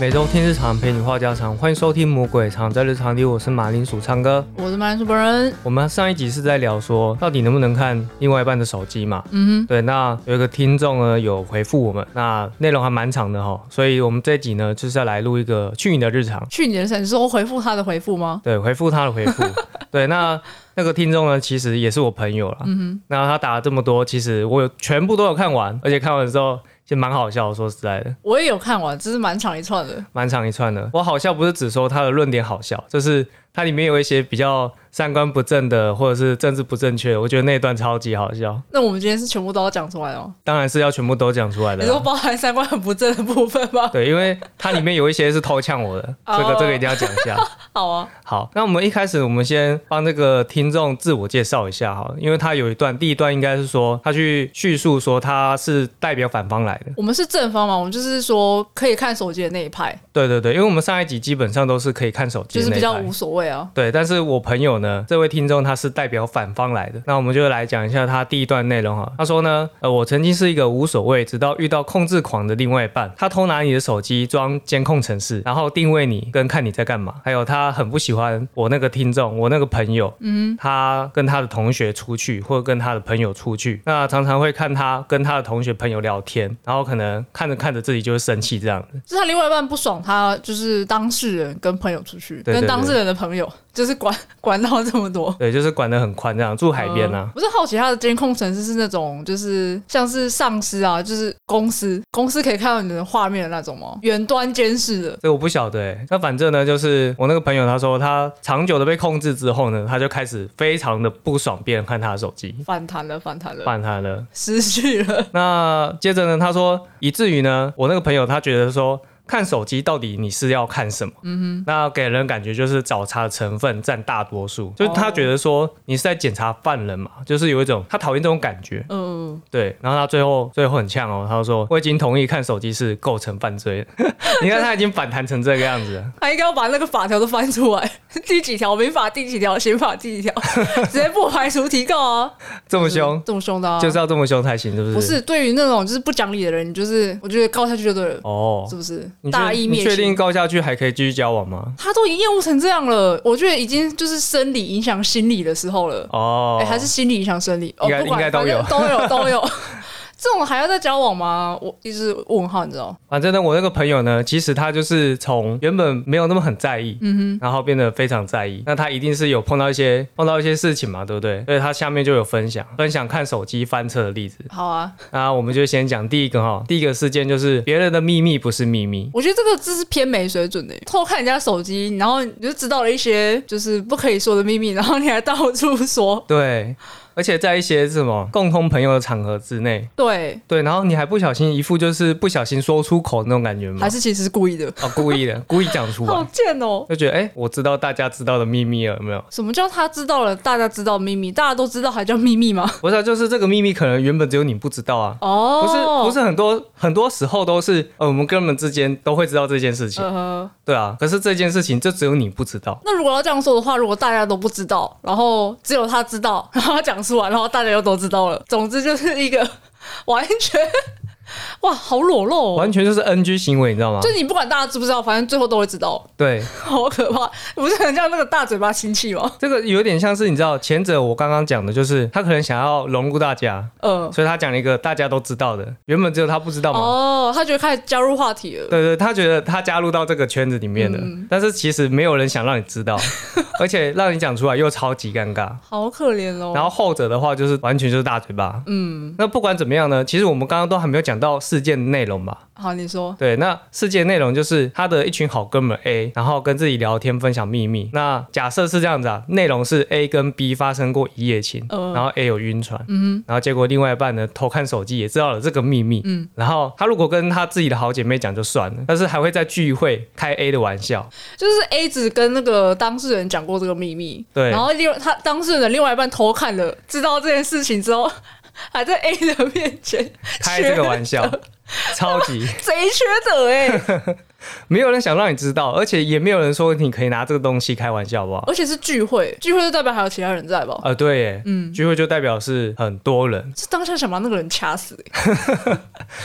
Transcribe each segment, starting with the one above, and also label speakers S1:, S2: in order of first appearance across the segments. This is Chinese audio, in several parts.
S1: 每周听日常，陪你话家常，欢迎收听《魔鬼藏在日常里》，我是马铃薯唱歌。
S2: 我是马铃薯本人。
S1: 我们上一集是在聊说，到底能不能看另外一半的手机嘛？
S2: 嗯
S1: 对，那有一个听众呢有回复我们，那内容还蛮长的哈，所以我们这一集呢就是要来录一个去你的日常
S2: 哼，，去年的神说回复他的回复吗？
S1: 对，回复他的回复。对，那那个听众呢，其实也是我朋友啦。那他打了这么多，其实我有全部都有看完，而且看完之后其实蛮好笑的，说实在的，
S2: 我也有看完，只是蛮长一串的。
S1: 蛮长一串的。我好笑不是只说他的论点好笑，就是它里面有一些比较三观不正的，或者是政治不正确，我觉得那一段超级好笑。
S2: 那我们今天是全部都要讲出来哦。
S1: 当然是要全部都讲出来的
S2: 你说
S1: 啦。
S2: 包含三观很不正的部分吗？
S1: 对，因为它里面有一些是偷呛我的，这个
S2: 哦
S1: 这个一定要讲一 下。
S2: 好啊，
S1: 好，那我们一开始我们先帮这个听众自我介绍一下哈，因为他有一段，第一段应该是说他去叙述说他是代表反方来的。
S2: 我们是正方嘛，我们就是说可以看手机的那一派，
S1: 对对对，因为我们上一集基本上都是可以看手机
S2: 就
S1: 的
S2: 是
S1: 那
S2: 比
S1: 一
S2: 较
S1: 派
S2: 无所谓啊。
S1: 对，但是我朋友呢，这位听众他是代表反方来的，那我们就来讲一下他第一段内容哈。他说呢，呃，我曾经是一个无所谓，直到遇到控制狂的另外一半，他偷拿你的手机装监控程式，然后定位你跟看你在干嘛。还有他很不喜欢我那个听众，我那个朋友，嗯，他跟他的同学出去或者跟他的朋友出去，那常常会看他跟他的同学朋友聊天，然后可能看着看着自己就会生气这样子。
S2: 就是他另外一半不爽他，就是当事人跟朋友出去，
S1: 对对
S2: 跟当事人的朋友，就是管 管到这么多。
S1: 对，就是管得很宽，这样住海边啊。
S2: 嗯我是好奇他的监控程式是那种，就是像是上司啊，就是公司，公司可以看到你的画面的那种吗？远端监视的，
S1: 这我不晓得、欸。那反正呢，就是我那个朋友他说，他长久的被控制之后呢，他就开始非常的不爽别人看他的手机，
S2: 反弹了，反弹了，
S1: 烦他了。
S2: 失去了。
S1: 那接着呢，他说，以至于呢，我那个朋友他觉得说。看手机到底你是要看什么？嗯哼，那给人感觉就是找茬的成分占大多数，就是他觉得说你是在检查犯人嘛，就是有一种他讨厌这种感觉，
S2: 嗯，
S1: 对。然后他最后最后很呛哦，他说我已经同意看手机是构成犯罪了， 你看他已经反弹成这个样子了，
S2: 他应该要把那个法条都翻出来， 第几条民法第几条，刑法 第几条，直接不排除提告啊！
S1: 这么凶，
S2: 这么凶的、啊，
S1: 就是要这么凶才行，是不是？
S2: 不是对于那种就是不讲理的人，你就是我觉得告下去就对了，
S1: 哦
S2: 是，不是
S1: 你？确
S2: 大义灭
S1: 你确定
S2: 亲。
S1: 告下去还可以继续交往吗？
S2: 他都已经厌恶成这样了，我觉得已经就是生理影响心理的时候了。
S1: 哦，
S2: 哎、还是心理影响生理，哦，
S1: 应该
S2: 不管
S1: 应该都有
S2: 反正都有，都 有。这种还要再交往吗？我一直问号，你知道？
S1: 反正呢，我那个朋友呢，其实他就是从原本没有那么很在意，嗯哼，然后变得非常在意。那他一定是有碰到一些碰到一些事情嘛，对不对？所以他下面就有分享分享看手机翻车的例子。
S2: 好啊，
S1: 那我们就先讲第一个哈，第一个事件就是别人的秘密不是秘密。
S2: 我觉得这个这是偏没水准的，偷看人家手机，然后你就知道了一些就是不可以说的秘密，然后你还到处说。
S1: 对，而且在一些什么共同朋友的场合之内，
S2: 对，
S1: 对，然后你还不小心一副就是不小心说出口那种感觉吗
S2: 还？是其实是故意的，
S1: 哦，故意的，故意讲出
S2: 好
S1: 来，
S2: 贱哦！
S1: 就觉得哎、诶我知道大家知道的秘密了，有没有？
S2: 什么叫他知道了，大家知道秘密，大家都知道还叫秘密吗？
S1: 不是啊、就是这个秘密可能原本只有你不知道啊。不是
S2: 哦，
S1: 不，是很多很多时候都是呃我们哥们之间都会知道这件事情，
S2: 呃，
S1: 对啊。可是这件事情就只有你不知道，
S2: 那如果要这样说的话，如果大家都不知道，然后只有他知道， 然后他讲出来，然后大家又都知道了，总之就是一个完全哇，好裸露、哦。
S1: 完全就是 NG 行为，你知道吗
S2: 就？你不管大家知不知道，反正最后都会知道，
S1: 对，
S2: 好可怕！不是很像那个大嘴巴亲戚吗？
S1: 这个有点像是你知道前者我刚刚讲的，就是他可能想要融入大家，
S2: 嗯、
S1: 所以他讲了一个大家都知道的，原本只有他不知呃道嘛。
S2: 哦，他觉得开始加入话题了，
S1: 对对，他觉得他加入到这个圈子里面了，但是其实没有人想让你知道，而且让你讲出来又超级尴尬。
S2: 好可怜哦。
S1: 然后后者的话就是完全就是大嘴巴，嗯。那不管怎么样呢，其实我们刚刚都还没有讲到事件的内容嘛。
S2: 好，你说，
S1: 对，那事件内容就是他的一群好哥们 A，然后跟自己聊天分享秘密。那假设是这样子啊，内容是 A 跟 B 发生过一夜情，
S2: 嗯
S1: 然后 A 有晕船，呃嗯，然后结果另外一半呢偷看手机也知道了这个秘密，嗯，然后他如果跟他自己的好姐妹讲就算了，但是还会在聚会开 A 的玩笑，
S2: 就是 A 子跟那个当事人讲过这个秘密，
S1: 对
S2: 然后另外他当事人的另外一半偷看了，知道这件事情之后， 还在 A 的面前
S1: 开这个玩 笑，超级。
S2: 贼缺德哎、
S1: 没有人想让你知道，而且也没有人说你可以拿这个东西开玩笑，好不好？
S2: 而且是聚会，聚会就代表还有其他人在吧？
S1: 呃，对耶，嗯，聚会就代表是很多人，
S2: 是当下想把那个人掐死、欸，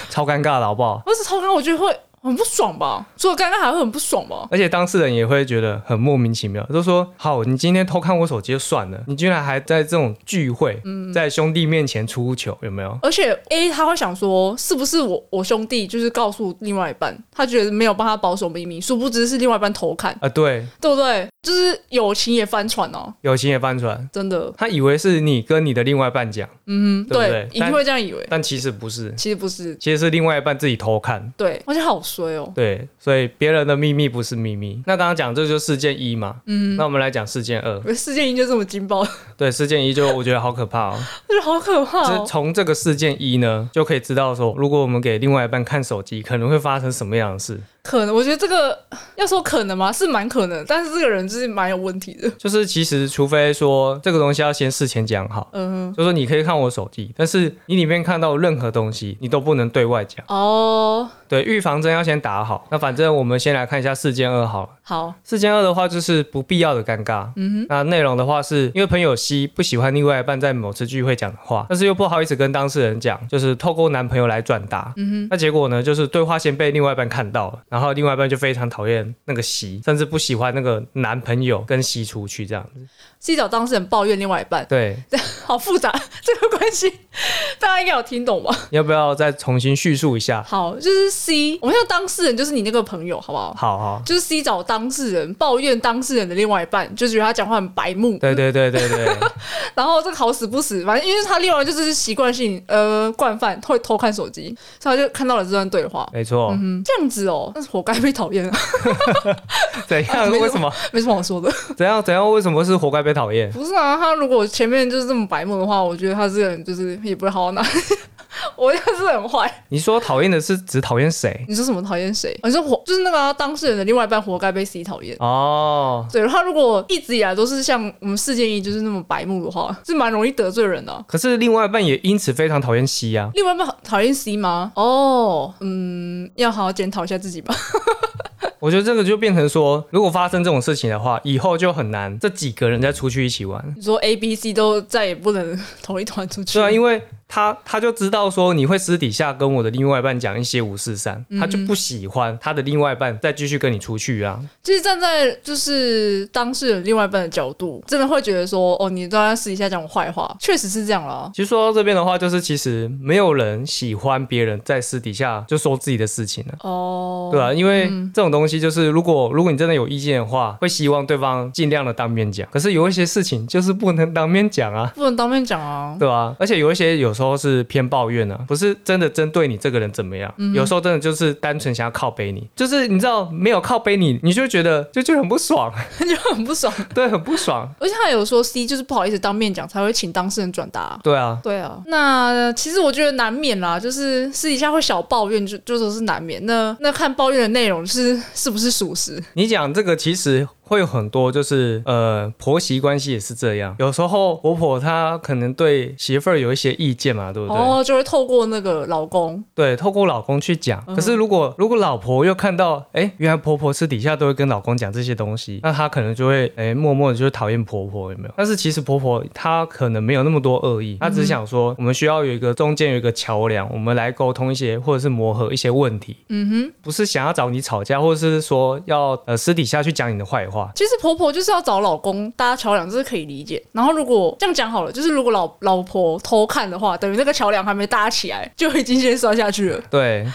S1: 超尴尬的，好不好？
S2: 我是超刚我就会。很不爽吧？除了尴尬还会很不爽吧？
S1: 而且当事人也会觉得很莫名其妙，就说：“好，你今天偷看我手机就算了，你居然还在这种聚会，在兄弟面前出糗，有没有？”
S2: 而且 A 他会想说，是不是我我兄弟就是告诉另外一半，他觉得没有帮他保守秘密，殊不知是另外一半偷看，
S1: 啊，对，
S2: 对不对？就是友情也翻船哦、
S1: 友情也翻船，
S2: 真的，
S1: 他以为是你跟你的另外一半讲，
S2: 嗯，
S1: 对不对
S2: 一定
S1: 但
S2: 会这样以为，
S1: 但其实不是，
S2: 其实不是，
S1: 其实是另外一半自己偷看。
S2: 对，而且好衰哦、
S1: 对，所以别人的秘密不是秘密。那刚刚讲这就是事件一嘛，嗯，那我们来讲事件二。
S2: 我事件一就这么劲爆，
S1: 对，事件一就我觉得好可怕哦。
S2: 就是好可怕
S1: 就是
S2: 哦、
S1: 从这个事件一呢，就可以知道说，如果我们给另外一半看手机，可能会发生什么样的事。
S2: 可能我觉得这个要说可能吗？是蛮可能，但是这个人就是蛮有问题的。
S1: 就是其实，除非说这个东西要先事前讲好，
S2: 嗯，
S1: 就说你可以看我手机，但是你里面看到任何东西，你都不能对外讲。
S2: 哦，
S1: 对，预防针要先打好。那反正我们先来看一下事件二好了。
S2: 好，
S1: 事件二的话就是不必要的尴尬，嗯哼。那内容的话是因为朋友 C 不喜欢另外一半在某次聚会讲的话，但是又不好意思跟当事人讲，就是透过男朋友来转达，嗯哼。那结果呢，就是对话先被另外一半看到了，然后另外一半就非常讨厌那个 C，甚至不喜欢那个男朋友跟 C 出去这样子。
S2: 是找当事人抱怨另外一半，
S1: 对，
S2: 好复杂 这个关系，大家应该有听懂吧？
S1: 要不要再重新叙述一下？
S2: 好，就是 C，我们要当事人就是你那个朋友，好不好？
S1: 好好，
S2: 就是 C 找当事人抱怨当事人的另外一半，就觉得他讲话很白目，
S1: 对对对对 对，
S2: 然后这个好死不死，反正因为他另外就是习惯性呃惯犯会偷看手机，所以他就看到了这段对话。
S1: 没错。
S2: 嗯，这样子哦，那是活该被讨厌啊，
S1: 怎样？为什么？
S2: 没什么好说的。
S1: 怎样？怎样？为什么是活该被讨厌？
S2: 不是啊，他如果前面就是这么白目的话，我觉得他这个人就是也不会好到哪里。 我觉得他是很坏。
S1: 你说讨厌的是只讨厌谁？
S2: 你说什么讨厌谁？你说活就是那个啊、当事人的另外一半活该被 C 讨厌。
S1: 哦，
S2: 对，他如果一直以来都是像我们事件一就是那么白目的话，是蛮容易得罪人的啊、
S1: 可是另外一半也因此非常讨厌 C 啊。
S2: 另外一半讨厌 C 吗？哦，嗯，要好好检讨一下自己吧。
S1: 我觉得这个就变成说，如果发生这种事情的话，以后就很难这几个人再出去一起玩。
S2: 你说 A、B、C 都再也不能 同一团出去
S1: 对啊，因为他他就知道说你会私底下跟我的另外一半讲一些五四三，
S2: 嗯
S1: 他就不喜欢他的另外一半再继续跟你出去啊。
S2: 就是站在就是当事人另外一半的角度，真的会觉得说，哦，你都在私底下讲我坏话，确实是这样啦。
S1: 其实说到这边的话，就是其实没有人喜欢别人在私底下就说自己的事情啊。
S2: 哦，
S1: 对啊，因为这种东西就是，如果如果你真的有意见的话，会希望对方尽量的当面讲。可是有一些事情就是不能当面讲啊。
S2: 不能当面讲啊。
S1: 对啊，而且有一些有时候是偏抱怨啊，不是真的针对你这个人怎么样，有时候真的就是单纯想要靠背你，就是你知道没有靠背你，你就觉得就就很不爽，
S2: 就很不爽，
S1: 对，很不爽。
S2: 而且他有说 C 就是不好意思当面讲，才会请当事人转达、
S1: 对啊，
S2: 对啊，那其实我觉得难免啦，就是私底下会小抱怨就，就都是难免。那那看抱怨的内容是是不是属实？
S1: 你讲这个其实会有很多，就是呃，婆媳关系也是这样，有时候婆婆她可能对媳妇儿有一些意见嘛，对不对？
S2: 哦，就会透过那个老公，
S1: 对，透过老公去讲。
S2: 嗯
S1: 可是如果如果老婆又看到，哎，原来婆婆私底下都会跟老公讲这些东西，那她可能就会，哎，默默的就讨厌婆婆，有没有？但是其实婆婆她可能没有那么多恶
S2: 嗯
S1: 意，她只是想说，我们需要有一个中间有一个桥梁，我们来沟通一些或者是磨合一些问题，
S2: 嗯哼，
S1: 不是想要找你吵架，或者是说要呃私底下去讲你的坏话。
S2: 其实婆婆就是要找老公搭桥梁，这是可以理解。然后如果这样讲好了，就是如果老老婆偷看的话，等于那个桥梁还没搭起来，就已经先摔下去了。
S1: 对，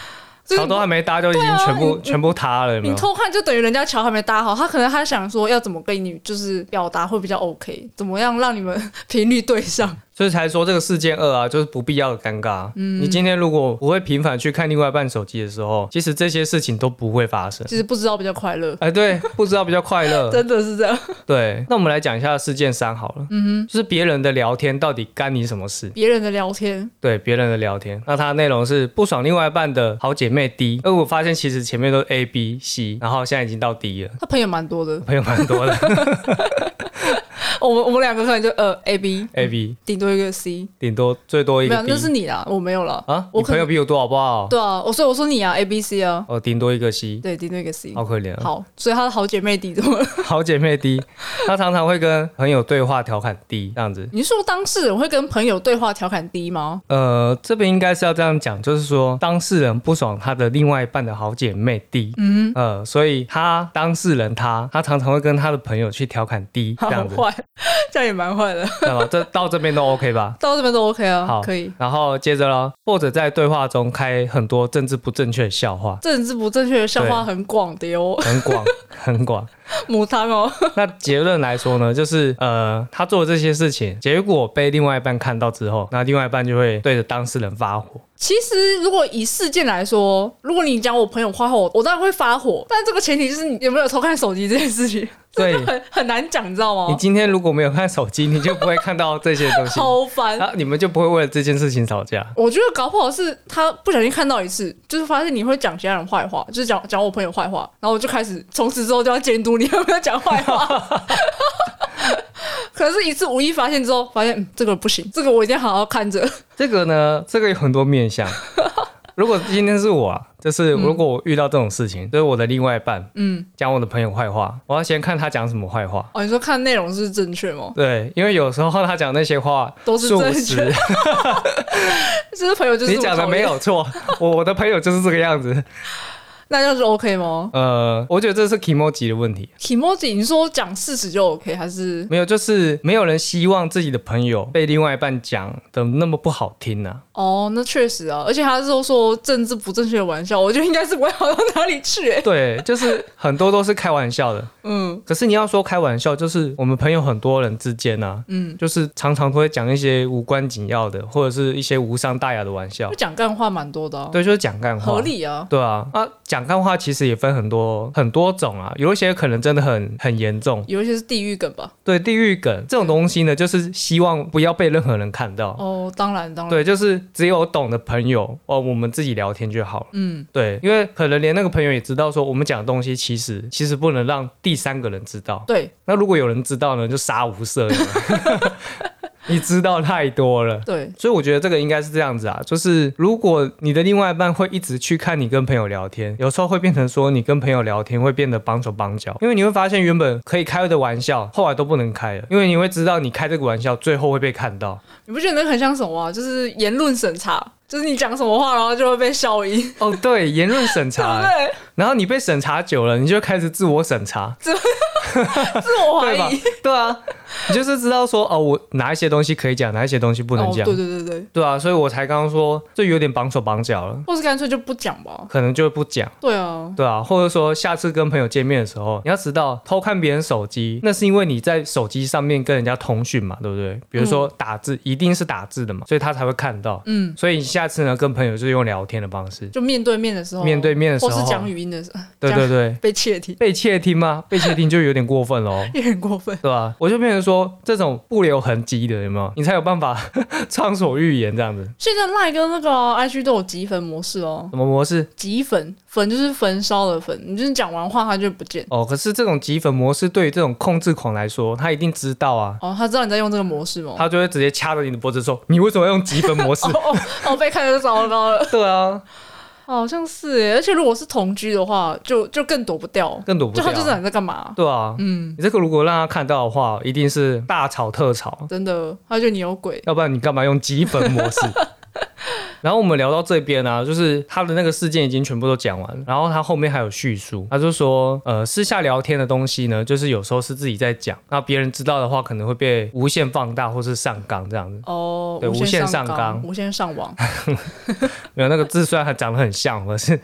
S2: 就是
S1: 桥都还没搭就已经全部、全部塌了，有没
S2: 啊你
S1: 有？
S2: 偷看就等于人家桥还没搭好，他可能他想说要怎么跟你就是表达会比较 OK，怎么样让你们 频率对上。
S1: 所以才说这个事件二啊，就是不必要的尴尬。
S2: 嗯
S1: 你今天如果不会频繁去看另外一半手机的时候，其实这些事情都不会发 生。
S2: 其实不知道比较快乐，
S1: 哎，对，不知道比较快 乐。
S2: 真的是这样。
S1: 对，那我们来讲一下事件三好了。嗯就是别人的聊天到底干你什么事？
S2: 别人的聊天，
S1: 对，别人的聊天，那它的内容是不爽另外一半的好姐妹 D。而我发现其实前面都是 A、B、C，然后现在已经到 D 了，，
S2: 他朋友蛮多的
S1: 朋友蛮多的。
S2: 我们我们两个可能就呃 A B
S1: A B
S2: 顶多一个 C，
S1: 顶多最多一
S2: 没
S1: 个
S2: 有，
S1: B
S2: 那是你啦，我没有啦。
S1: 啊，
S2: 我
S1: 你
S2: 可
S1: 朋
S2: 能
S1: 友比我多好不好？
S2: 对啊，我所以我说你啊，A B C 啊，
S1: 哦，顶多一个 C，
S2: 对，顶多一个 C。
S1: 好可怜啊。
S2: 好，所以她的好姐妹底怎么了？
S1: 好姐妹 D，她常常会跟朋友对话调侃 D 这样子。
S2: 你是说当事人会跟朋友对话调侃 D 吗？
S1: 呃，这边应该是要这样讲，就是说当事人不爽他的另外一半的好姐妹 D，嗯，呃，所以他当事人他他常常会跟他的朋友去调侃 D
S2: 好
S1: 这样子，
S2: 坏， 这样也蛮坏的。
S1: 那么这到这边都 OK 吧？
S2: 到这边都 OK 啊
S1: 好，，
S2: 可以。。
S1: 然后接着咯，或者在对话中开很多政治不正确的笑话，
S2: 政治不正确的笑话
S1: 对
S2: 很广的哟，
S1: 很 广很广。
S2: 母汤哦。
S1: 那结论来说呢，就是呃，他做这些事情，结果被另外一半看到之后，那另外一半就会对着当事人发火。
S2: 其实，如果以事件来说，如果你讲我朋友坏话，我我当然会发火。但这个前提就是你有没有偷看手机这件事情，
S1: 对
S2: 很很难讲，你知道
S1: 你
S2: 吗？
S1: 今天如果没有看手机，你就不会看到这些东 西。
S2: 超烦。
S1: 啊，你们就不会为了这件事情吵架？
S2: 我觉得搞不好是他不小心看到一次，就是发现你会讲其他人坏话，就是讲讲我朋友坏话，然后我就开始从此之后就要监督你有没有讲坏话。 可是，一次无意发现之后，发现、嗯、这个不行，这个我一定要好好看着。
S1: 这个呢，这个有很多面 向。如果今天是我啊，就是如果我遇到这种事情，就是我的另外一半
S2: 嗯，
S1: 讲我的朋友坏话，我要先看他讲什么坏话。
S2: 哦，你说看内容是正确吗？
S1: 对，因为有时候他讲那些话
S2: 都是
S1: 属
S2: 正
S1: 实
S2: 确这是朋友就是
S1: 你
S2: 这么
S1: 讲的
S2: 讨厌
S1: 没，有错，我我的朋友就是这个样子。
S2: 那这样是 OK 吗
S1: 呃，我觉得这是 emoji 的问题，
S2: ？Kimoji，你说讲事实就 OK 还是？
S1: 没有，就是没有人希望自己的朋友被另外一半讲的那么不好听 啊。
S2: 哦，那确实啊，而且他是说说政治不正确的玩笑，我觉得应该是不会好到哪里去、欸。
S1: 对，就是很多都是开玩笑的。
S2: 嗯，
S1: 可是你要说开玩笑，就是我们朋友很多人之间啊，嗯，就是常常都会讲一些无关紧要的，或者是一些无伤大雅的玩笑
S2: 我，讲干话蛮多的、啊，
S1: 对，就是讲干话，
S2: 哦合理啊。
S1: 对啊，啊，讲干话其实也分很多很多种啊，有一些可能真的很很严重，
S2: 有一些是地狱梗吧？
S1: 对，地狱梗这种东西呢，就是希望不要被任何人看到，
S2: 哦，当然，当然，
S1: 对，就是只有懂的朋友哦，我们自己聊天就好了。
S2: 嗯，
S1: 对，因为可能连那个朋友也知道，说我们讲的东西其实其实不能让第三个人知道。
S2: 对
S1: 那如果有人知道呢，就杀无赦了。 你知道太多了，
S2: 对，
S1: 所以我觉得这个应该是这样子啊，就是如果你的另外一半会一直去看你跟朋友聊天，有时候会变成说你跟朋友聊天会变得帮手帮脚，因为你会发现原本可以开的玩笑，后来都不能开了，因为你会知道你开这个玩笑最后会被看到。
S2: 你不觉得那个很像什么啊？就是言论审查，就是你讲什么话，然后就会被 消音，
S1: 哦，对，言论审
S2: 对不
S1: 查，
S2: 对？
S1: 然后你被审查久了，你就开始自我审查，
S2: 自我怀
S1: 对吧
S2: 疑。？
S1: 对啊，你就是知道说哦，我哪一些东西可以讲，哪一些东西不能
S2: 哦，
S1: 讲。
S2: 对对对对，
S1: 对啊，所以我才刚刚说这有点绑手绑脚了，
S2: 或是干脆就不讲吧。
S1: 可能就不讲，
S2: 对啊，
S1: 对啊，或者说下次跟朋友见面的时候，你要知道偷看别人手机，那是因为你在手机上面跟人家通讯嘛，对不对？比如说打字，一定是打字的嘛，所以他才会看到。
S2: 嗯，
S1: 所以你下次呢，跟朋友就是用聊天的方式，
S2: 就面对面的时候，
S1: 面对面的时候，
S2: 哦或是讲语音的时候，
S1: 对对对，
S2: 被窃听
S1: 被窃听吗？被窃听就有点过分 喽。
S2: 也很过分。
S1: 对吧、我就变成说，这种不留痕迹的，有没有？你才有办法 畅所欲言这样子。
S2: 现在赖跟那个啊 IG 都有集粉模式哦，
S1: 什么模式？
S2: 集粉粉就是焚烧的粉，你就是讲完话它就不见。
S1: 哦，可是这种集粉模式对于这种控制狂来说，他一定知道啊，
S2: 哦，他知道你在用这个模式吗？
S1: 他就会直接掐着你的脖子说：“你为什么要用集粉模式
S2: 哦哦哦，被看得糟糕了。？”
S1: 对啊，
S2: 好像是耶，而且如果是同居的话，就就更躲不掉，
S1: 更躲不
S2: 就
S1: 掉啊
S2: 他就知道你在干嘛，
S1: 对啊，
S2: 嗯，
S1: 你这个如果让他看到的话，一定是大吵特吵，
S2: 真的，他就你有鬼，
S1: 要不然你干嘛用集粉模式？然后我们聊到这边啊，就是他的那个事件已经全部都讲完了，然后他后面还有叙述，他就说，呃，私下聊天的东西呢，就是有时候是自己在讲，那别人知道的话，可能会被无限放大或是上纲这样子。
S2: 哦，
S1: 对无限上
S2: 上
S1: 纲
S2: 无限上网，
S1: 没有那个字虽然还长得很像，可是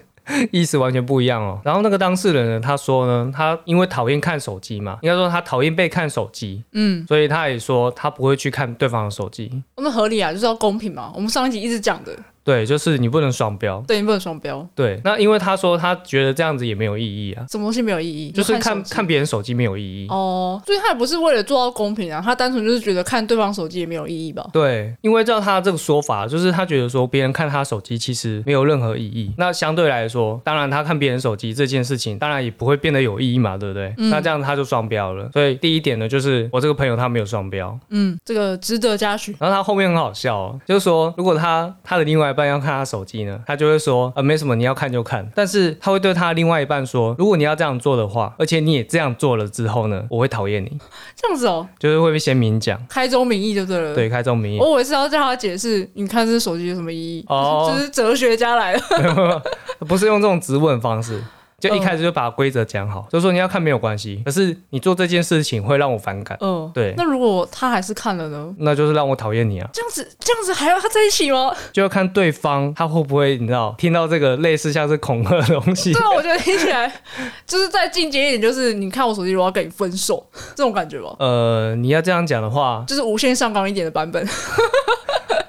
S1: 意思完全不一样哦。然后那个当事人呢，他说呢，他因为讨厌看手机嘛，应该说他讨厌被看手机，
S2: 嗯，
S1: 所以他也说他不会去看对方的手机。
S2: 哦那合理啊，就是要公平嘛，我们上一集一直讲的，
S1: 对，就是你不能双标。
S2: 对你不能双标，
S1: 对，那因为他说他觉得这样子也没有意义啊，
S2: 什么东西没有意义？
S1: 就是
S2: 你
S1: 看
S2: 手机
S1: 看别人手机没有意义。
S2: 哦，所以他也不是为了做到公平啊，他单纯就是觉得看对方手机也没有意义吧？
S1: 对，因为照他这个说法，就是他觉得说别人看他手机其实没有任何意义。那相对来说，当然他看别人手机这件事情，当然也不会变得有意义嘛，对不对？
S2: 嗯
S1: 那这样他就双标了。所以第一点呢，就是我这个朋友他没有双标。
S2: 嗯，这个值得嘉许。
S1: 然后他后面很好笑、哦，就是说如果他他的另外一半要看他手机呢，他就会说呃没什么，你要看就看。但是他会对他另外一半说，如果你要这样做的话，而且你也这样做了之后呢，我会讨厌你，
S2: 这样子哦，
S1: 就是会被先明讲，
S2: 开宗明义就对了。，
S1: 对，开宗明义。
S2: 我以为是要叫他解释，你看这手机有什么意义？
S1: 哦
S2: 就是哲学家来了。
S1: 不是用这种质问方式，
S2: 嗯
S1: 就一开始就把规则讲好，就说你要看没有关系，可是你做这件事情会让我反感，
S2: 嗯，
S1: 对
S2: 那如果他还是看了呢？
S1: 那就是让我讨厌你啊！
S2: 这样子，这样子还要他在一起 吗？
S1: 就要看对方他会不会，你知道，听到这个类似像是恐吓的东西
S2: 对，啊，我觉得听起来 就是再进阶一点，就是你看我手机，我要跟你分手这种感觉吧，
S1: 呃，你要这样讲的话，
S2: 就是无限上纲一点的版本。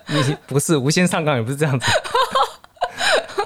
S1: 你不是无限上纲也不是这样 子。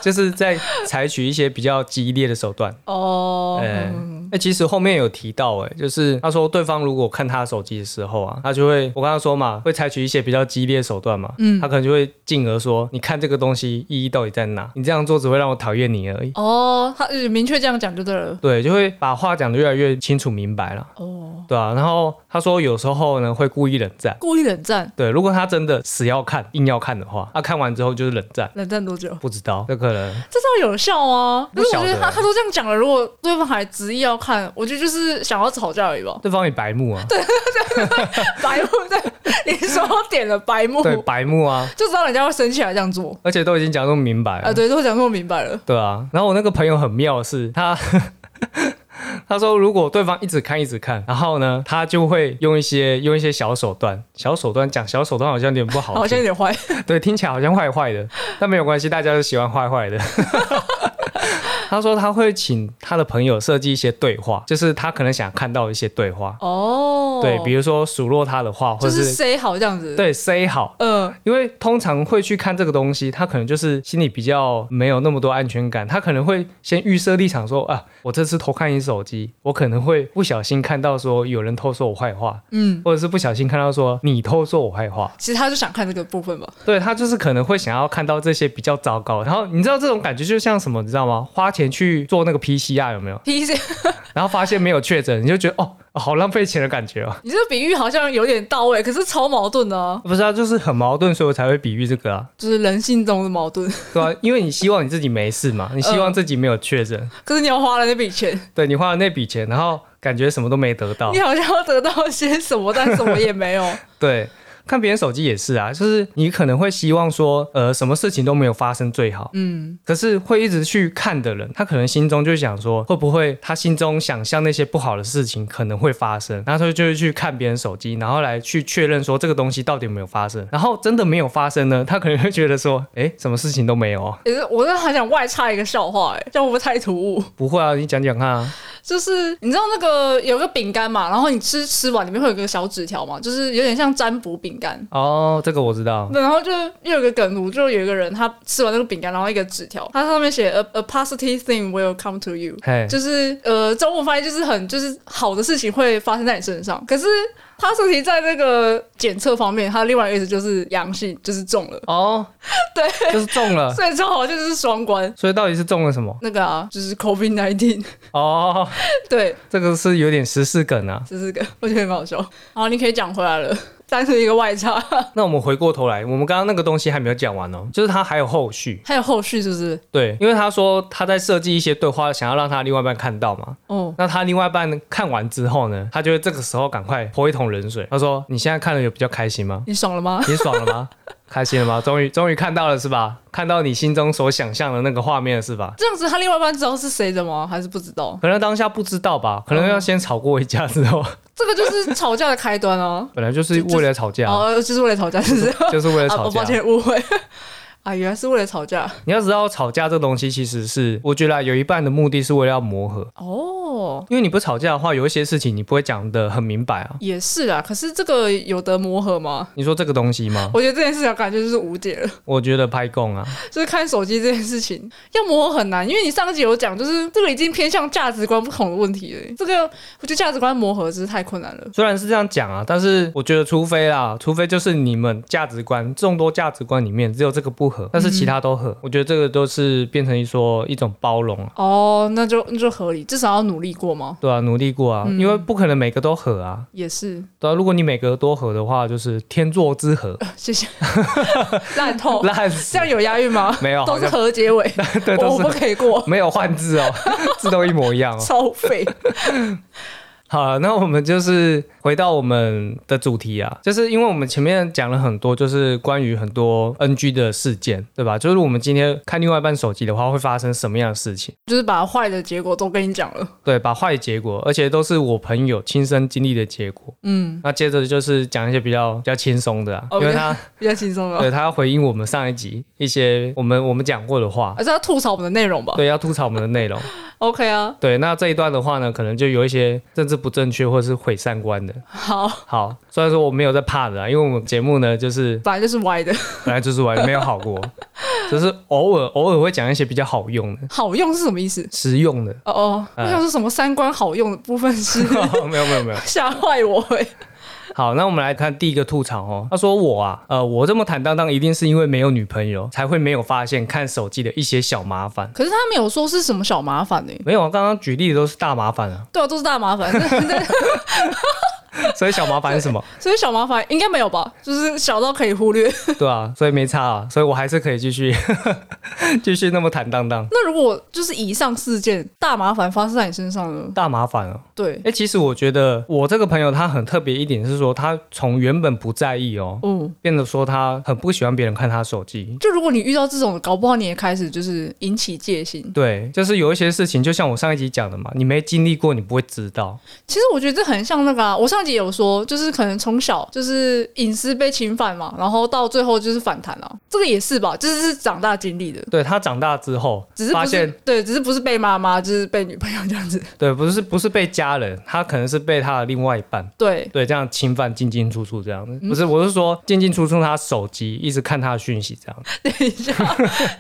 S1: 就是在采取一些比较激烈的手段。
S2: 哦，
S1: 哎
S2: 嗯
S1: 哎、其实后面有提到、哎，就是他说对方如果看他手机的时候啊，他就会，我刚刚说嘛，会采取一些比较激烈的手段嘛，嗯，他可能就会进而说，你看这个东西意义到底在哪？你这样做只会让我讨厌你而已。
S2: 哦，他就是明确这样讲就对了。
S1: 对，就会把话讲得越来越清楚明白了，
S2: 哦，
S1: 对啊。然后他说有时候呢会故意冷战，
S2: 故意冷战，
S1: 对，如果他真的死要看、硬要看的话，他、看完之后就是冷战。
S2: 冷战多久？
S1: 不知
S2: 哦
S1: 道，这可能
S2: 这招有效吗？
S1: 不
S2: 可是
S1: 晓
S2: 我
S1: 得。
S2: 觉得他他都这样讲了，如果对方还执意要看，我觉得就是想要吵架而已吧
S1: 对方也白目啊，
S2: 白目对，你说到点了白目，
S1: 对白目啊，
S2: 就知道人家会生气来这样做
S1: 而且都已经讲这么明白了，
S2: 啊。对，都讲那么明白了，
S1: 对啊，然后我那个朋友很妙的是，他 他说如果对方一直看一直看，然后呢，他就会用一些用一些小手段，小手段讲小手段好像有点不好听，
S2: 好像有点坏。
S1: 对，听起来好像坏坏的，但没有关系，大家都喜欢坏坏 的。他说他会请他的朋友设计一些对话，就是他可能想看到一些对话，
S2: 哦，
S1: 对，比如说数落他的话，或
S2: 就
S1: 者
S2: 是
S1: 是
S2: say 好这样子。，
S1: 对 say 好，
S2: 嗯，
S1: 因为通常会去看这个东西，他可能就是心里比较没有那么多安全感，他可能会先预设立场说啊，我这次偷看你手机，我可能会不小心看到说有人偷说我坏话，
S2: 嗯，
S1: 或者是不小心看到说你偷说我坏话，
S2: 其实他就想看这个部分吧。
S1: 对他就是可能会想要看到这些比较糟糕，然后你知道这种感觉就像什么，你知道吗？花钱去做那个 PCR 有没有？
S2: P C，
S1: 然后发现没有确诊，你就觉得哦，好浪费钱的感觉哦。
S2: 你这个比喻好像有点到位，可是超矛盾的啊，
S1: 不是啊，就是很矛盾，所以我才会比喻这个啊，
S2: 就是人性中的矛盾。
S1: 对啊，因为你希望你自己没事嘛，你希望自己没有确诊，
S2: 可是你要花了那笔钱，
S1: 对你花了那笔钱，然后感觉什么都没得到
S2: 你。好像要得到些什么，但什么也没有。
S1: 对，看别人手机也是啊，就是你可能会希望说，呃，什么事情都没有发生最好。
S2: 嗯，
S1: 可是会一直去看的人，他可能心中就想说，会不会他心中想象那些不好的事情可能会发生，然后他就会去看别人手机，然后来去确认说这个东西到底有没有发生。然后真的没有发生呢，他可能会觉得说，哎，什么事情都没有哦。
S2: 也是，我真的很想外插一个笑话、欸，这样会不会太突兀？
S1: 不会啊，你讲讲看啊。
S2: 就是你知道那个有个饼干嘛，然后你吃吃完里面会有个小纸条嘛，就是有点像占卜饼干。
S1: 哦，这个我知道。
S2: 对然后就又有个梗图，就有一个人他吃完那个饼干，然后一个纸条，它上面写 a a positive thing will come to you，
S1: 嘿，
S2: 就是呃中文翻译就是很就是好的事情会发生在你身上。可是 positive 在那个检测方面，它的另外一个意思就是阳性，就是中了，
S1: 哦，对，就是中了。
S2: 所以正好就是双关。
S1: 所以到底是中了什么？
S2: 那个啊，就是 COVID nineteen，
S1: 哦，
S2: 对，
S1: 这个是有点时事梗啊。
S2: 这是个我觉得很好笑。好，你可以讲回来了，单纯一个外插，
S1: 那我们回过头来，我们刚刚那个东西还没有讲完哦，就是他还有后续。
S2: 还有后续是不是？
S1: 对，因为他说他在设计一些对话，想要让他另外一半看到嘛。
S2: 哦，
S1: 那他另外一半看完之后呢，他就会这个时候赶快泼一桶冷水。他说：“你现在看了有比较开心吗？
S2: 你爽了吗？
S1: 你爽了 吗？开心了吗？终于终于看到了是吧？看到你心中所想象的那个画面了是吧？”
S2: 这样子，他另外一半知道是谁的吗？还是不知道？
S1: 可能当下不知道吧，可能要先吵过一架之后，
S2: 这个就是吵架的开端 啊！
S1: 本来就是为了吵架，
S2: 哦，就是为了吵架，是不是？
S1: 就是为了
S2: 啊，
S1: 吵
S2: 我
S1: 架。
S2: 抱歉误会。啊，原来是为了吵架
S1: 你要知道，吵架这东西其实是，我觉得啊有一半的目的是为了要磨合。
S2: 哦。哦，
S1: 因为你不吵架的话，有一些事情你不会讲的很明白啊。
S2: 也是啦。可是这个有得磨合吗？
S1: 你说这个东西吗？
S2: 我觉得这件事情感觉就是无解了，
S1: 我觉得拍供啊，
S2: 就是看手机这件事情要磨合很难，因为你上一集有讲，就是这个已经偏向价值观不同的问题了。这个我觉得价值观磨合真是太困难了。
S1: 虽然是这样讲啊，但是我觉得除非啦，除非就是你们价值观众多价值观里面只有这个不合，但是其他都合。我觉得这个都是变成一说一种包容啊。
S2: 哦，那就那就合理，至少要努力过吗？
S1: 对啊，努力过
S2: 嗯
S1: 啊，因为不可能每个都合啊。
S2: 也是，
S1: 对啊，如果你每个都合的话，就是天作之合，
S2: 谢 谢，烂哦透，
S1: 烂死
S2: 哦这样有押韵吗？
S1: 没有，
S2: 都
S1: 好
S2: 是
S1: 像
S2: 和结 尾， 哦
S1: 对，
S2: 我
S1: 都
S2: 不
S1: 是
S2: 可以过，
S1: 没有换字哦，字都一模一样哦。
S2: 超废。
S1: 好了，那我们就是回到我们的主题啊，就是因为我们前面讲了很多，就是关于很多 NG 的事件，对吧？就是我们今天看另外一半手机的话，会发生什么样的事情？
S2: 就是把坏的结果都跟你讲了。
S1: 对，把坏结果，而且都是我朋友亲身经历的结果。
S2: 嗯，
S1: 那接着就是讲一些比较比较轻松的、啊，
S2: 哦
S1: 因为他
S2: 比较轻松了。
S1: 对他要回应我们上一集一些我们我们讲过的话，
S2: 还是要吐槽我们的内容吧。
S1: 对，要吐槽我们的内容。
S2: OK 啊，
S1: 对，那这一段的话呢，可能就有一些政治不正确或者是毁三观的。
S2: 好，
S1: 好，虽然说我没有在怕的啊，因为我们节目呢，就是
S2: 本来就是歪的，
S1: 本来就是玩没有好过，只是偶尔偶尔会讲一些比较好用的、
S2: 好用是什么意思？
S1: 实用的。
S2: 哦哦，我
S1: 哎
S2: 想说什么三观好用的部分是
S1: 没有没有没有。
S2: 吓坏我哎、
S1: 好，那我们来看第一个吐槽哦。他说我啊，呃，我这么坦荡荡，一定是因为没有女朋友，才会没有发现看手机的一些小麻烦。
S2: 可是他没有说是什么小麻烦呢、欸
S1: 没有啊，刚刚举例的都是大麻烦啊，
S2: 对啊，都是大麻烦，
S1: 所以小麻烦是什么？
S2: 所以小麻烦应该没有吧？就是小到可以忽略。
S1: 对啊，所以没差啊，所以我还是可以继续 继续那么坦荡荡。
S2: 那如果就是以上事件大麻烦发生在你身上呢？
S1: 大麻烦哦、
S2: 对
S1: 哎、，其实我觉得我这个朋友他很特别一点是说，他从原本不在意哦，
S2: 嗯，
S1: 变得说他很不喜欢别人看他手机。
S2: 就如果你遇到这种，搞不好你也开始就是引起戒心。
S1: 对，就是有一些事情，就像我上一集讲的嘛，你没经历过，你不会知道。
S2: 其实我觉得这很像那个、啊，我上集有说，就是可能从小就是隐私被侵犯嘛，然后到最后就是反弹啊，这个也是吧，这是长大经历的，
S1: 对他长大之后，
S2: 只是不
S1: 发
S2: 是
S1: 现
S2: 对，只是不是被妈妈，就是被女朋友这样子，
S1: 对，不是不是被家人，他可能是被他的另外一半，
S2: 对，
S1: 对，这样侵犯进进出出这样子。
S2: 嗯
S1: 不是，我是说进进出出他手机，一直看他的讯息这样。
S2: 等一下，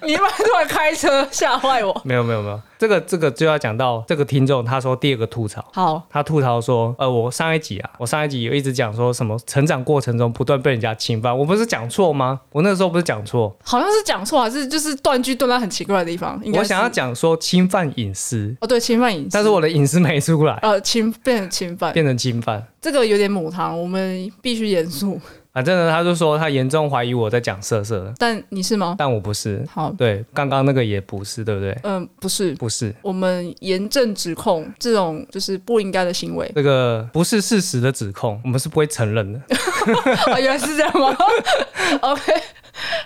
S2: 你妈突然开车吓坏我，
S1: 没有没有没有，这个这个就要讲到这个听众他说第二个吐槽。
S2: 好，
S1: 他吐槽说：“呃，我上一集啊，我上一集有一直讲说什么成长过程中不断被人家侵犯，我不是讲错吗？我那时候不是讲错，
S2: 好像是讲错还是就是断句断到很奇怪的地方，应该
S1: 我
S2: 是
S1: 想要讲说侵犯隐私，
S2: 哦，对，侵犯隐私，
S1: 但是我的隐私没出来，
S2: 呃侵变成侵犯，
S1: 变成侵犯。
S2: 这个有点母汤，我们必须严肃，
S1: 反正呢，他就说他严重怀疑我在讲色色的，
S2: 但你是吗？
S1: 但我不是，
S2: 好，
S1: 对，刚刚那个也不是，对不对？
S2: 嗯、不是。
S1: 不是。”。
S2: 我们严正指控这种就是不应该的行为
S1: 这个不是事实的指控，我们是不会承认的。
S2: 哦，原来是这样吗？OK，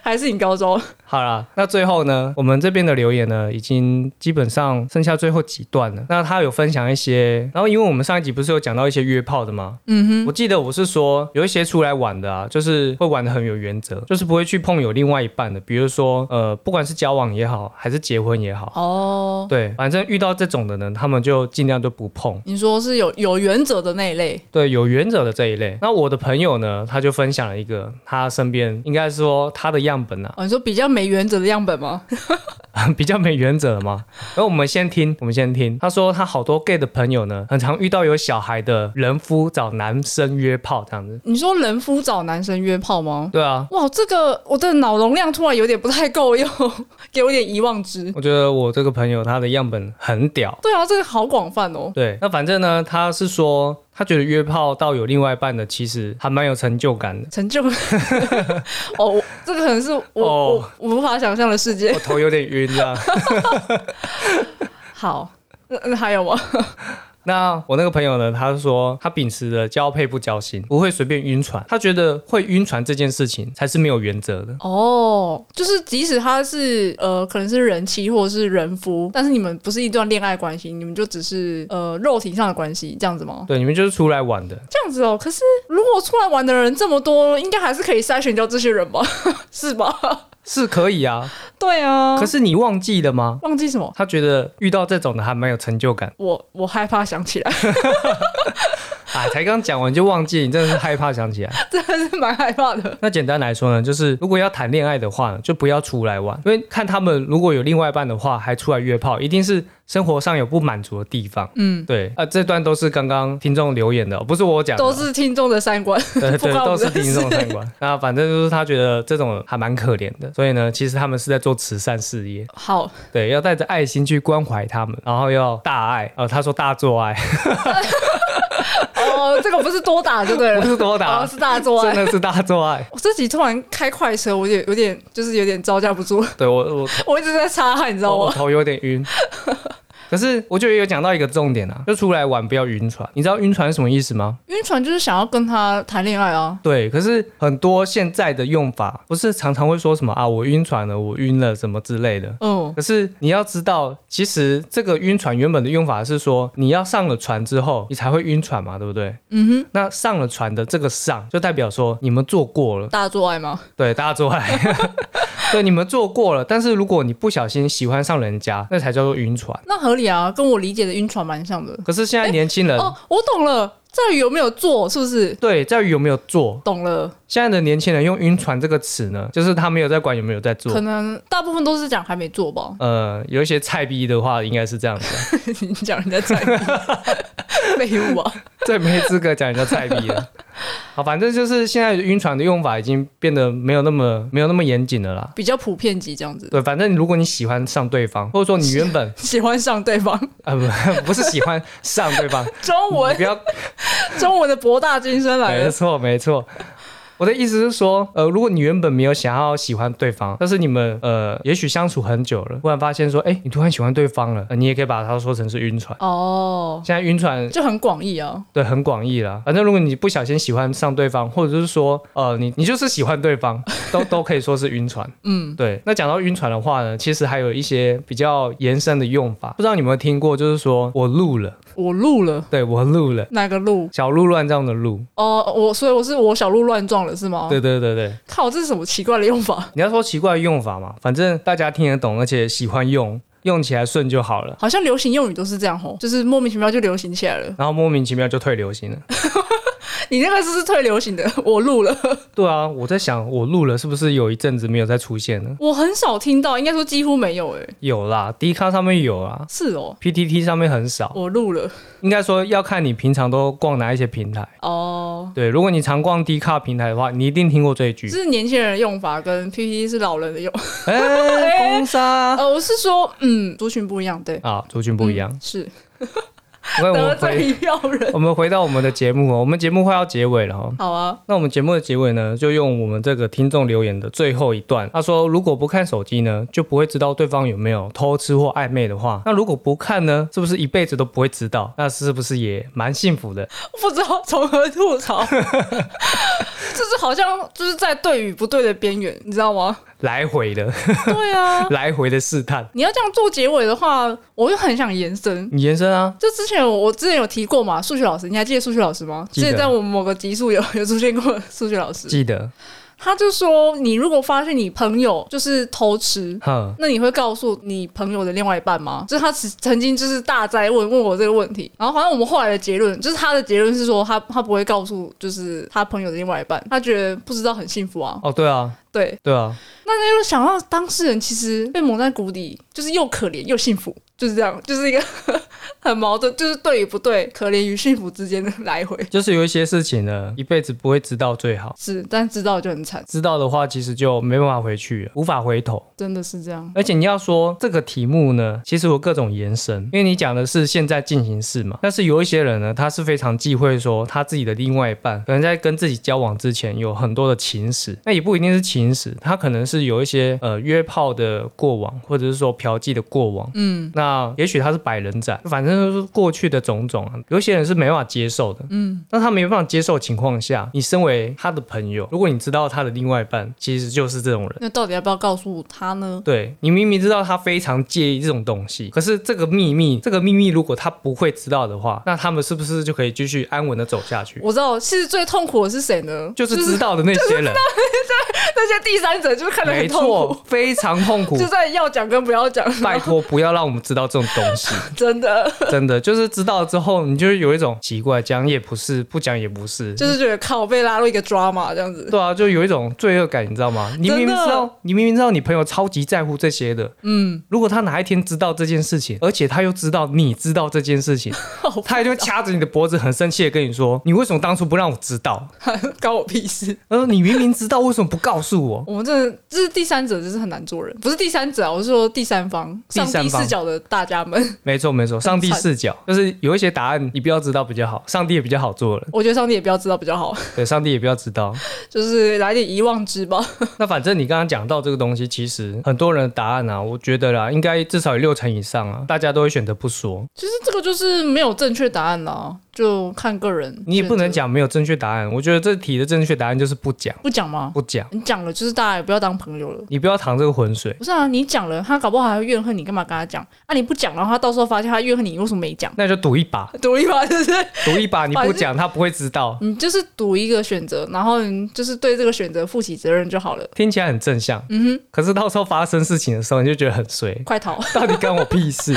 S2: 还 是你高中？
S1: 好啦，那最后呢，我们这边的留言呢，已经基本上剩下最后几段了。那他有分享一些，然后因为我们上一集不是有讲到一些约炮的吗？嗯哼，我记得我是说有一些出来玩的啊，就是会玩的很有原则，就是不会去碰有另外一半的，比如说呃，不管是交往也好，还是结婚也好，
S2: 哦，
S1: 对，反正遇到这种的呢，他们就尽量就不碰。
S2: 你说是有有原则的那一类，
S1: 对，有原则的这一类。那我的朋友呢，他就分享了一个他身边应该说他的样本啊，
S2: 哦，你说比较没原则的样本吗？
S1: 比较没原则嘛。然后我们先听，我们先听。他说他好多 gay 的朋友呢，很常遇到有小孩的人夫找男生约炮这样子。
S2: 你说人夫找男生约炮吗？
S1: 对啊，
S2: 哇，这个我的脑容量突然有点不太够用， 给我一点遗忘值。
S1: 我觉得我这个朋友他的样本很屌。
S2: 对啊，这个好广泛哦。
S1: 对，那反正呢，他是说他觉得约炮到有另外一半的，其实还蛮有成就感的。
S2: 成就 哦，我这个可能是我、
S1: 哦
S2: 我我无法想象的世界
S1: 我。头有点晕啊。
S2: 好，那那还有吗？
S1: 那我那个朋友呢，他说他秉持着交配不交心，不会随便晕船。他觉得会晕船这件事情才是没有原则的。
S2: 哦，就是即使他是呃，可能是人妻或者是人夫，但是你们不是一段恋爱关系，你们就只是呃肉体上的关系，这样子吗？
S1: 对，你们就是出来玩的，
S2: 这样子哦。可是如果出来玩 的人这么多，应该还是可以筛选掉这些人吧？是吧？
S1: 是可以啊，
S2: 对啊，
S1: 可是你忘记了吗？
S2: 忘记什么？
S1: 他觉得遇到这种的还蛮有成就感
S2: 我我害怕想起来，
S1: 啊！才刚讲完就忘记，你真的是害怕想起来。
S2: 真的是蛮害怕的。
S1: 那简单来说呢，就是如果要谈恋爱的话呢，就不要出来玩，因为看他们如果有另外一半的话，还出来约炮，一定是生活上有不满足的地方。
S2: 嗯，
S1: 对，啊，这段都是刚刚听众留言的哦，不是我讲的哦，
S2: 都是听众的三观，
S1: 对
S2: 不
S1: 对，
S2: 关我
S1: 都
S2: 们
S1: 是
S2: 的
S1: 听众
S2: 事
S1: 三 观。那反正就是他觉得这种还蛮可怜的，所以呢，其实他们是在做慈善事业，
S2: 好，
S1: 对，要带着爱心去关怀他们，然后要大爱，呃，他说大做爱，
S2: 哦，这个不是多打就对
S1: 不
S2: 了，
S1: 是多打，
S2: 哦，是大作
S1: 真
S2: 案。
S1: 的是大做 爱。
S2: 我自己突然开快车，我有点有点就是有点招架不住，
S1: 对我我
S2: 我一直在擦汗，你知道
S1: 我我
S2: 吗？
S1: 头有点晕。可是我觉得有讲到一个重点啊，就出来玩不要晕船。你知道晕船是什么意思吗？
S2: 晕船就是想要跟他谈恋爱啊，
S1: 对，可是很多现在的用法不是常常会说什么啊，我晕船了，我晕了什么之类的。
S2: 嗯，
S1: 可是你要知道，其实这个晕船原本的用法是说，你要上了船之后，你才会晕船嘛，对不对？嗯哼。那上了船的这个上，就代表说你们做过了，
S2: 大做爱吗？
S1: 对，大家做爱， 对，你们做过了。但是如果你不小心喜欢上人家，那才叫做晕船。
S2: 那合理啊，跟我理解的晕船蛮像的。
S1: 可是现在年轻人，
S2: 哦，我懂了，在于有没有做，是不是？
S1: 对，在于有没有做。
S2: 懂了，
S1: 现在的年轻人用晕船这个词呢，就是他没有在管有没有在
S2: 可
S1: 做。
S2: 能大部分都是讲还没 做吧。
S1: 呃，有一些菜逼的话，应该是这样子，
S2: 你讲人家在意 废物啊！
S1: 这没资格讲人家菜逼 了。好，反正就是现在晕船的用法已经变得没有那么没有那么严谨了啦。
S2: 比较普遍级这样子，
S1: 对，反正如果你喜欢上对方，或者说你原本
S2: 喜欢上对方，
S1: 啊不不是喜欢上对方，
S2: 中
S1: 你
S2: 文
S1: 不要
S2: 中文的博大精深来
S1: 没
S2: 了。
S1: 错，没错。 我的意思是说，呃，如果你原本没有想要喜欢对方，但是你们呃，也许相处很久了，忽然发现说，哎、你突然喜欢对方了、呃你也可以把它说成是晕船。
S2: 哦，
S1: 现在晕船
S2: 就很广义啊。
S1: 对很广义啦，反正如果你不小心喜欢上对方，或者是说，呃，你你就是喜欢对方，都 都可以说是晕船。
S2: 嗯，
S1: 对。那讲到晕船的话呢，其实还有一些比较延伸的用法，不知道你有没有听过，就是说我录了，
S2: 我录了
S1: 对我录了，
S2: 哪个录？
S1: 小鹿乱撞的鹿。
S2: 哦，我所以我是我小鹿乱撞了是吗？
S1: 对对对对。
S2: 靠，这是什么奇怪的用法？
S1: 你要说奇怪的用法嘛，反正大家听得懂，而且喜欢用，用起来顺就好了。
S2: 好像流行用语都是这样吼，就是莫名其妙就流行起来了。
S1: 然后莫名其妙就退流行了。
S2: 你那个是不是退流行的， 我录了，
S1: 对啊，我在想，我录了是不是有一阵子没有再出现了？
S2: 我很少听到，应该说几乎没有诶、
S1: 有啦，D 咖上面有啊
S2: 是哦，
S1: ，PTT 上面很少。
S2: 我录了
S1: 应该说要看你平常都逛哪一些平台。
S2: 哦。
S1: 对，如果你常逛 D 咖平台的话，你一定听过这一句
S2: 这。是年轻人的用法，跟 PPT 是老人的用。
S1: 哎，封杀
S2: 呃，我是说，嗯，族群不一样，对，
S1: 啊，族群不一样。
S2: 是
S1: 因为我
S2: 嗯得
S1: 们回
S2: 罪一票人。
S1: 我们回到我们的节目哦，我们节目快要结尾了哦。
S2: 好啊，
S1: 那我们节目的结尾呢，就用我们这个听众留言的最后一段。他说：“如果不看手机呢，就不会知道对方有没有偷吃或暧昧的话。那如果不看呢，是不是一辈子都不会知道？那是不是也蛮幸福的？
S2: 不知道从何吐槽，就是好像就是在对与不对的边缘，你知道吗？
S1: 来回的，
S2: 对啊，
S1: 来回的试探，
S2: 你要这样做结尾的话，我就很想延伸。
S1: 你延伸啊，
S2: 就之前我我之前有提过嘛，数学老师，你还记得数学老师吗？
S1: 记
S2: 之
S1: 得
S2: 前在我们某个集数有有出现过数学老师，
S1: 记得，
S2: 他就说，你如果发现你朋友就是偷吃，
S1: 哼，
S2: 那你会告诉你朋友的另外一半吗？就是他曾曾经就是大灾问问我这个问题，然后好像我们后来的结论就是他的结论是说他他不会告诉就是他朋友的另外一半，他觉得不知道很幸福啊。
S1: 哦，对啊，
S2: 对，
S1: 对啊，
S2: 那就想到当事人其实被蒙在鼓里，就是又可怜又幸福，就是这样，就是一个 很矛盾，就是对与不对、可怜与幸福之间的来回。
S1: 就是有一些事情呢，一辈子不会知道最好。
S2: 是，但知道就很惨，
S1: 知道的话，其实就没办法回去了，无法回头。”
S2: 真的是这样。
S1: 而且你要说这个题目呢，其实有各种延伸，因为你讲的是现在进行式嘛，但是有一些人呢，他是非常忌讳说他自己的另外一半可能在跟自己交往之前有很多的情史，那也不一定是情史，他可能是有一些呃约炮的过往，或者是说嫖妓的过往，嗯，那那也许他是百人斩，反正就是过去的种种啊，有些人是没办法接受的。嗯，那他没办法接受的情况下，你身为他的朋友，如果你知道他的另外一半其实就是这种人。
S2: 那到底要不要告诉他呢？
S1: 对你明明知道他非常介意这种东西，可是这个秘密，这个秘密如果他不会知道的话，那他们是不是就可以继续安稳的走下去？
S2: 我知道，其实最痛苦的是谁呢？
S1: 就是知道的那些人，
S2: 那些第三者，就是看得
S1: 没
S2: 很痛苦，
S1: 错，非常痛苦
S2: 就。在要讲跟不要讲，
S1: 拜托，不要让我们知道这种东西，
S2: 真的
S1: 真的就是知道之后，你就会有一种奇怪，讲也不是，不讲也不是，
S2: 就是觉得靠被拉入一个 drama 这样子。
S1: 对啊，就有一种罪恶感，你知道吗？你明明知道，你明明知道你朋友超级在乎这些的，嗯，如果他哪一天知道这件事情，而且他又知道你知道这件事情，他也就会掐着你的脖子，很生气的跟你说：“你为什么当初不让我知道？
S2: 关我屁事！
S1: 呃，你明明知道，为什么不告诉我
S2: 我们真的就是第三者，就是很难做人。不是第三者啊，我是说第三方、
S1: 第
S2: 上
S1: 三
S2: 帝
S1: 方
S2: 视角的大家们。？”
S1: 没错，没错，上帝视角就是有一些答案你不要知道比较好，上帝也比较好做人，
S2: 我觉得上帝也不要知道比较好，
S1: 对，上帝也不要知道。
S2: 就是来点遗忘之吧。
S1: 那反正你刚刚讲到这个东西，其实很多人的答案啊，我觉得啦，应该至少有六成以上啊，大家都会选择不说。
S2: 其实这个就是没有正确答案啦、就看个人。
S1: 你也不能讲没有正确答案。我觉得这题的正确答案就是不讲，
S2: 不讲吗？
S1: 不讲。
S2: 你讲了，就是大家也不要当朋友了。
S1: 你不要淌这个浑水，
S2: 不是啊，你讲了，他搞不好还会怨恨你，干嘛跟他讲？啊，你不讲，然后他到时候发现他怨恨你，你为什么没讲？
S1: 那就赌一把，
S2: 赌一把，就是
S1: 赌一把。你不讲，他不会知道。
S2: 你就是赌一个选择，然后你就是对这个选择负起责任就好了。
S1: 听起来很正向，嗯哼。可是到时候发生事情的时候，你就觉得很衰，
S2: 快逃，
S1: 到底干我屁事？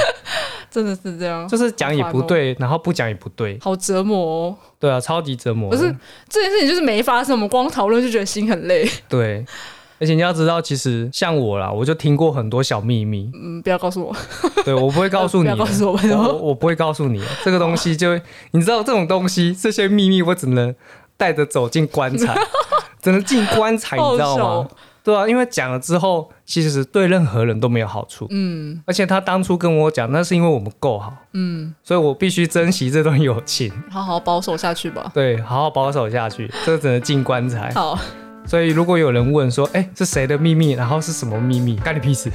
S2: 真的是这样，
S1: 就是讲也
S2: 哦
S1: 不对，然后不讲也不对，
S2: 好折磨哦。
S1: 对啊，超级折磨。
S2: 不是这件事情就是没发生，我们光讨论就觉得心很累。
S1: 对。而且你要知道，其实像我啦，我就听过很多小秘密，
S2: 嗯，不要告诉我，
S1: 对我不会告诉你 哦的，
S2: 不要告诉我拜
S1: 我我
S2: 托
S1: 我不会告诉你这个东西就，你知道这种东西，这些秘密我只能带着走进棺 材，只能进棺材，你知道
S2: 好
S1: 吗
S2: 熟？
S1: 对啊，因为讲了之后，其实对任何人都没有好处。
S2: 嗯，
S1: 而且他当初跟我讲，那是因为我们够好，嗯，所以我必须珍惜这段友情，
S2: 好好保守下去吧。
S1: 对，好好保守下去，这只能进棺材。
S2: 好，
S1: 所以如果有人问说，哎、是谁的秘密？然后是什么秘密？干你屁 事！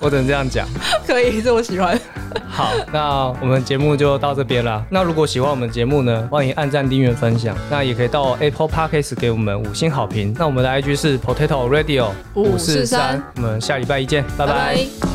S1: 我只能这样讲。
S2: 可以，这我喜欢。
S1: 好，那我们节目就到这边啦。那如果喜欢我们节目呢，欢迎按赞、订阅、分享。那也可以到 Apple Podcast 给我们五星好评。那我们的 IG 是 Potato Radio
S2: 543
S1: 我们下礼拜一见，拜拜
S2: 拜